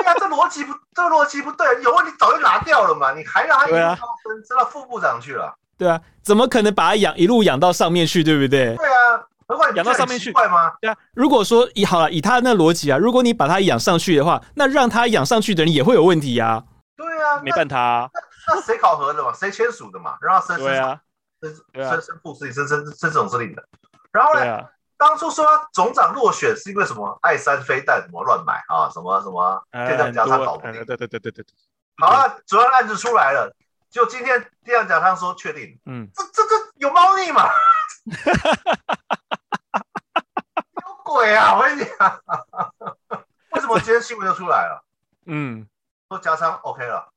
A: 啊，这逻辑不这逻辑不对，啊有问题早就拿掉了嘛，你还让他一路
B: 对啊
A: 高升升到副部长去了？
B: 对啊，怎么可能把他养一路养到上面去，对不对？
A: 对啊，何况你
B: 养到
A: 觉得
B: 上
A: 很
B: 面
A: 奇
B: 去
A: 怪吗？
B: 对啊，如果说以好了，以他那逻辑啊，如果你把他养上去的话，那让他养上去的人也会有问题呀、
A: 对啊，
C: 没办法、啊，
A: 那那谁考核的嘛？谁签署的嘛？让他升
C: 对
A: 升
C: 啊，对
A: 升
C: 啊
A: 升升副司令，升升升总司令的。然后
C: 对
A: 呢，
C: 啊，
A: 当初说他总长落选是因为什么？爱三飞弹什么乱买啊？什么什么
C: 呃
A: 电浆
C: 很
A: 夹
C: 多，
A: 他搞
B: 哎
A: 不
C: 呃
A: 定。
C: 对对对对对，
A: 好了，主要案子出来了，就今天电浆夹他说确定，
C: 嗯，
A: 这这这有猫腻嘛？有鬼啊！我跟你讲，为什么今天新闻就出来了？
C: 嗯
A: 说加仓 OK 了，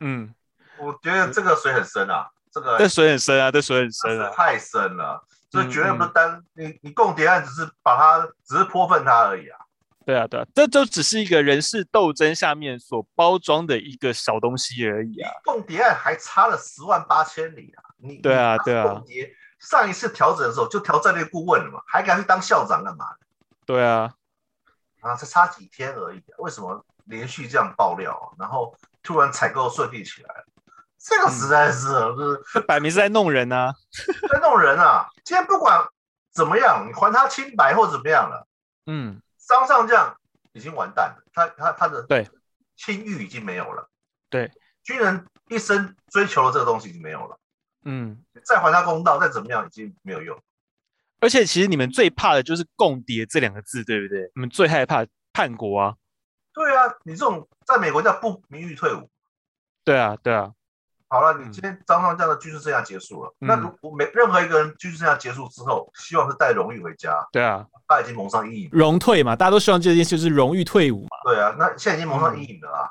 C: 嗯，
A: 我觉得这个水很深啊，这个
C: 这水很深啊，这水很
A: 真
C: 深
A: 的
C: 啊，
A: 太深了，所以
C: 嗯
A: 绝对不是单你你共谍案只是把它只是泼粪它而已啊。
C: 对啊对啊，这就只是一个人事斗争下面所包装的一个小东西而已啊，
A: 共谍案还差了十万八千里啊！你
C: 对啊
A: 你当
C: 对啊
A: 共谍上一次调整的时候就调战略顾问了嘛，还敢去当校长干嘛呢？
C: 对啊，
A: 啊，才差几天而已、啊，为什么连续这样爆料、啊，然后突然采购顺利起来了？这
C: 嗯
A: 个实在是就是
C: 这摆明是在弄人啊，
A: 在弄人啊！今天不管怎么样，你还他清白或怎么样了。
C: 嗯，
A: 张上将已经完蛋了，他他他的
C: 对
A: 清誉已经没有了。
C: 对，
A: 军人一生追求的这个东西已经没有了，
C: 嗯，
A: 再还他公道，再怎么样已经没有用。
C: 而且其实你们最怕的就是“共谍”这两个字，对不对？你们最害怕叛国啊，
A: 对啊，你这种在美国叫不名誉退伍。
C: 对啊对啊，
A: 好了，你今天张上将的军事生涯结束了，
C: 嗯
A: 那如果每任何一个人军事生涯结束之后，希望是带荣誉回家，
C: 对啊，
A: 他已经蒙上阴影。
B: 荣退嘛，大家都希望这件事就是荣誉退伍嘛。
A: 对啊，那现在已经蒙上阴影了啊。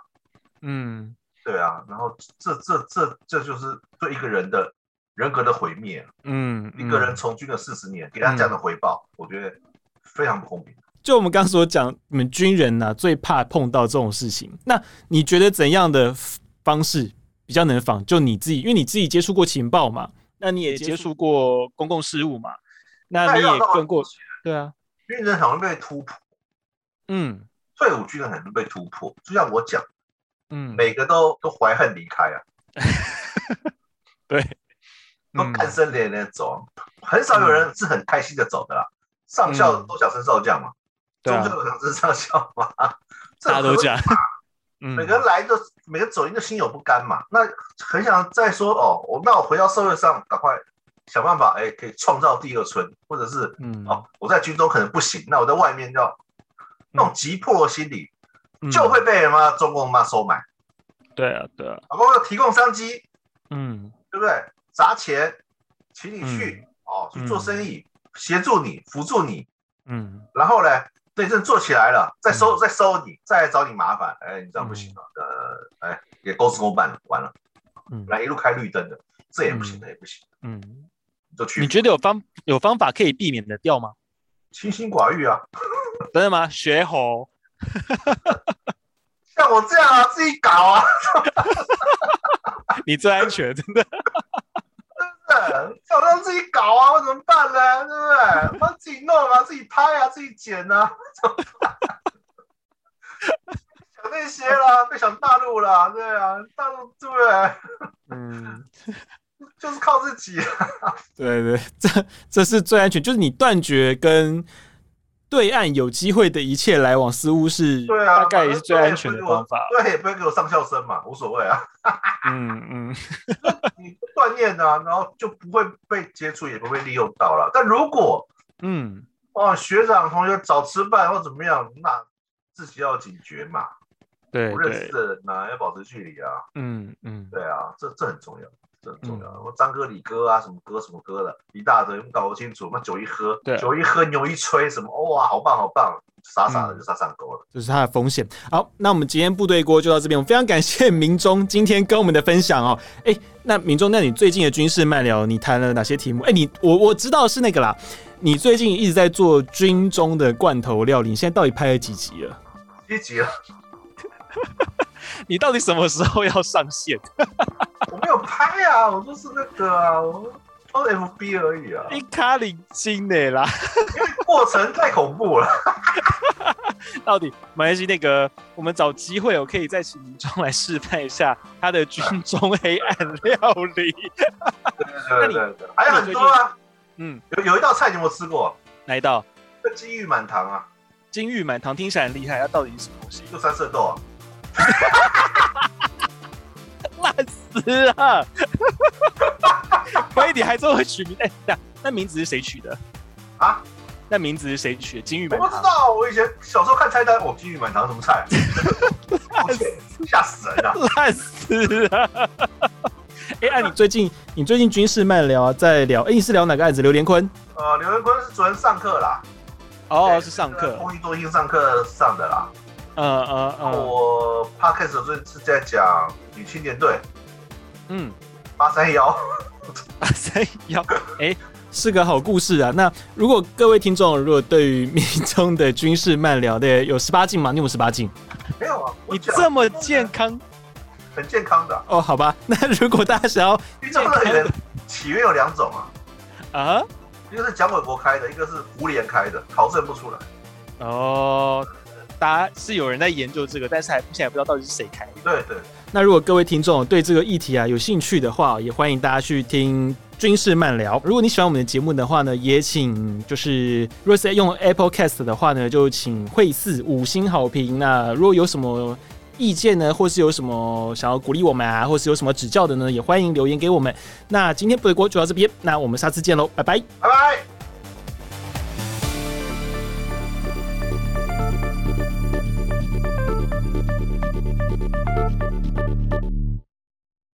C: 嗯，
A: 对啊，然后这这这这就是对一个人的人格的毁灭啊。
C: 嗯，
A: 一个人从军了四十年，给他这样的回报，我觉得非常不公平。
B: 就我们刚刚所讲，你们军人呐、最怕碰到这种事情。那你觉得怎样的方式比较能防？就你自己，因为你自己接触过情报嘛，那你也
C: 也接
B: 接触
C: 触过公共事务嘛，那
A: 太
C: 你
A: 绕
C: 也
A: 道
C: 跟
A: 了
C: 过，对啊，
A: 军人很容易被突破，
C: 嗯
A: 退伍军人很容易被突破。就像我讲，
C: 嗯，
A: 每个都都怀恨离开啊，
B: 啊
C: 对，嗯
B: 嗯
A: 都干生连连走，很少有人是很开心的走的啦。上校
C: 嗯
A: 都想升少将嘛，
B: 嗯
C: 对啊
A: 中校都想升上校嘛，这
C: 大家都这样，嗯
A: 每个人来都每个走人都心有不甘嘛，那很想再说哦，我那我回到社会上，赶快想办法，哎，可以创造第二春，或者是
C: 嗯
A: 哦，我在军中可能不行，那我在外面要那种急迫的心理，
C: 嗯
A: 就会被人妈中共妈收买，
C: 对啊对啊，
A: 啊，包括提供商机，
C: 嗯
A: 对不对？砸钱，请你去、哦去做生意，协助你、辅助你，
C: 嗯，
A: 然后呢，对症做起来了，再收、
C: 嗯
A: 再收你，再来找你麻烦，哎，你这样不行啊，呃，哎，也公事公办，完了，
C: 嗯
A: 来一路开绿灯的，这也不行，那也不行，
C: 嗯，
A: 你就去
C: 你觉得有方有方法可以避免的掉吗？
A: 清心寡欲啊，
C: 真的吗？学猴，
A: 像我这样啊，自己搞啊，
C: 你最安全，真的。
A: 像我这样自己搞啊，我怎么办呢？对不对？我自己弄啊，自己拍啊，自己剪啊， 想那些啦，别想大陆啦，对啊，大陆对不对？
C: 嗯，
A: 就是靠自己。啊
B: 对 对，这这是最安全，就是你断绝跟对岸有机会的一切来往，似乎是
A: 对啊，
C: 大概也是最安全的方法。
A: 对，也不会给我上校生嘛，无所谓啊。
C: 嗯嗯
A: 你锻炼啊，然后就不会被接触，也不会利用到了。但如果
C: 嗯，
A: 哦，学长同学早吃饭或怎么样，那自己要警觉嘛。
C: 对
A: 不认识
C: 对，
A: 的人啊，要保持距离啊。
C: 嗯嗯
A: 对啊，这这很重要，这很重要。
C: 嗯
A: 我张哥、李哥啊，什么哥什么哥的，一大堆，搞不清楚。那酒一喝
C: 对，
A: 酒一喝，牛一吹，什么哇，好棒好棒，傻傻的
C: 嗯
A: 就杀上钩了。
B: 就是它的风险。好，那我们今天部队锅就到这边，我们非常感谢明忠今天跟我们的分享哦。哎、那明忠，那你最近的军事漫聊，你谈了哪些题目？哎、你我我知道是那个啦，你最近一直在做军中的罐头料理，你现在到底拍了几集了？
A: 积极了，
C: 你到底什么时候要上线？
A: 我没有拍啊，我就是那个啊，我都 FB 而已啊，
C: 一卡领巾的啦，
A: 因为过程太恐怖了。
C: 到底马来西亚那个，我们找机会，我可以再请民众来示范一下他的军中黑暗料 理。
A: 对对对对，还有很多啊，
C: 嗯，
A: 有有一道菜你有没有吃过？
C: 来到
A: 这金玉满堂啊，
C: 金玉满堂，听起来很厉害，它到底是什么东西？
A: 就三色豆啊，
C: 烂死 了！所以你还真会取名？哎、那那名字是谁取的？
A: 啊，
C: 那名字是谁取的？金玉
A: 我
C: 满
A: 不知
C: 堂。
A: 道，我以前小时候看菜单，哦，金玉满堂什 么菜？ 我去吓死人啊了。
C: 烂死了！ 哎、按、你
B: 最近你最近军事漫聊啊，在聊，哎、你是聊哪个案子？刘连坤
A: 呃，刘仁坤是昨天上课啦，
C: 哦
A: 对
C: 是上
A: 是在
C: 课，
A: 公益中心上课上的啦。
C: 嗯嗯嗯
A: 我 podcast 最是在讲女青年队
C: 嗯，
A: 八三 幺，
C: 八啊三 幺，
B: 哎是个好故事啊。那如果各位听众如果对于明忠的军事漫聊的有十八禁吗？你有十八禁？
A: 没有啊？我
C: 你
A: 讲
C: 这么健，康，
A: 很健康的。啊
B: 哦，好吧，那如果大家想要
A: 运动乐园起源有两种啊，
C: 啊？
A: 一个是蒋纬国开的，一个是胡琏开的，考证不出来。
C: 哦，大家是有人在研究这个，但是还目前还不知道到底是谁开。
A: 对对，
B: 那如果各位听众对这个议题啊有兴趣的话，也欢迎大家去听。军事漫聊，如果你喜欢我们的节目的话呢，也请就是如果是在用 Apple Cast 的话呢，就请惠四五星好评。那如果有什么意见呢，或是有什么想要鼓励我们啊，或是有什么指教的呢，也欢迎留言给我们。那今天不得锅就到这边，那我们下次见喽，拜拜。
A: 拜拜。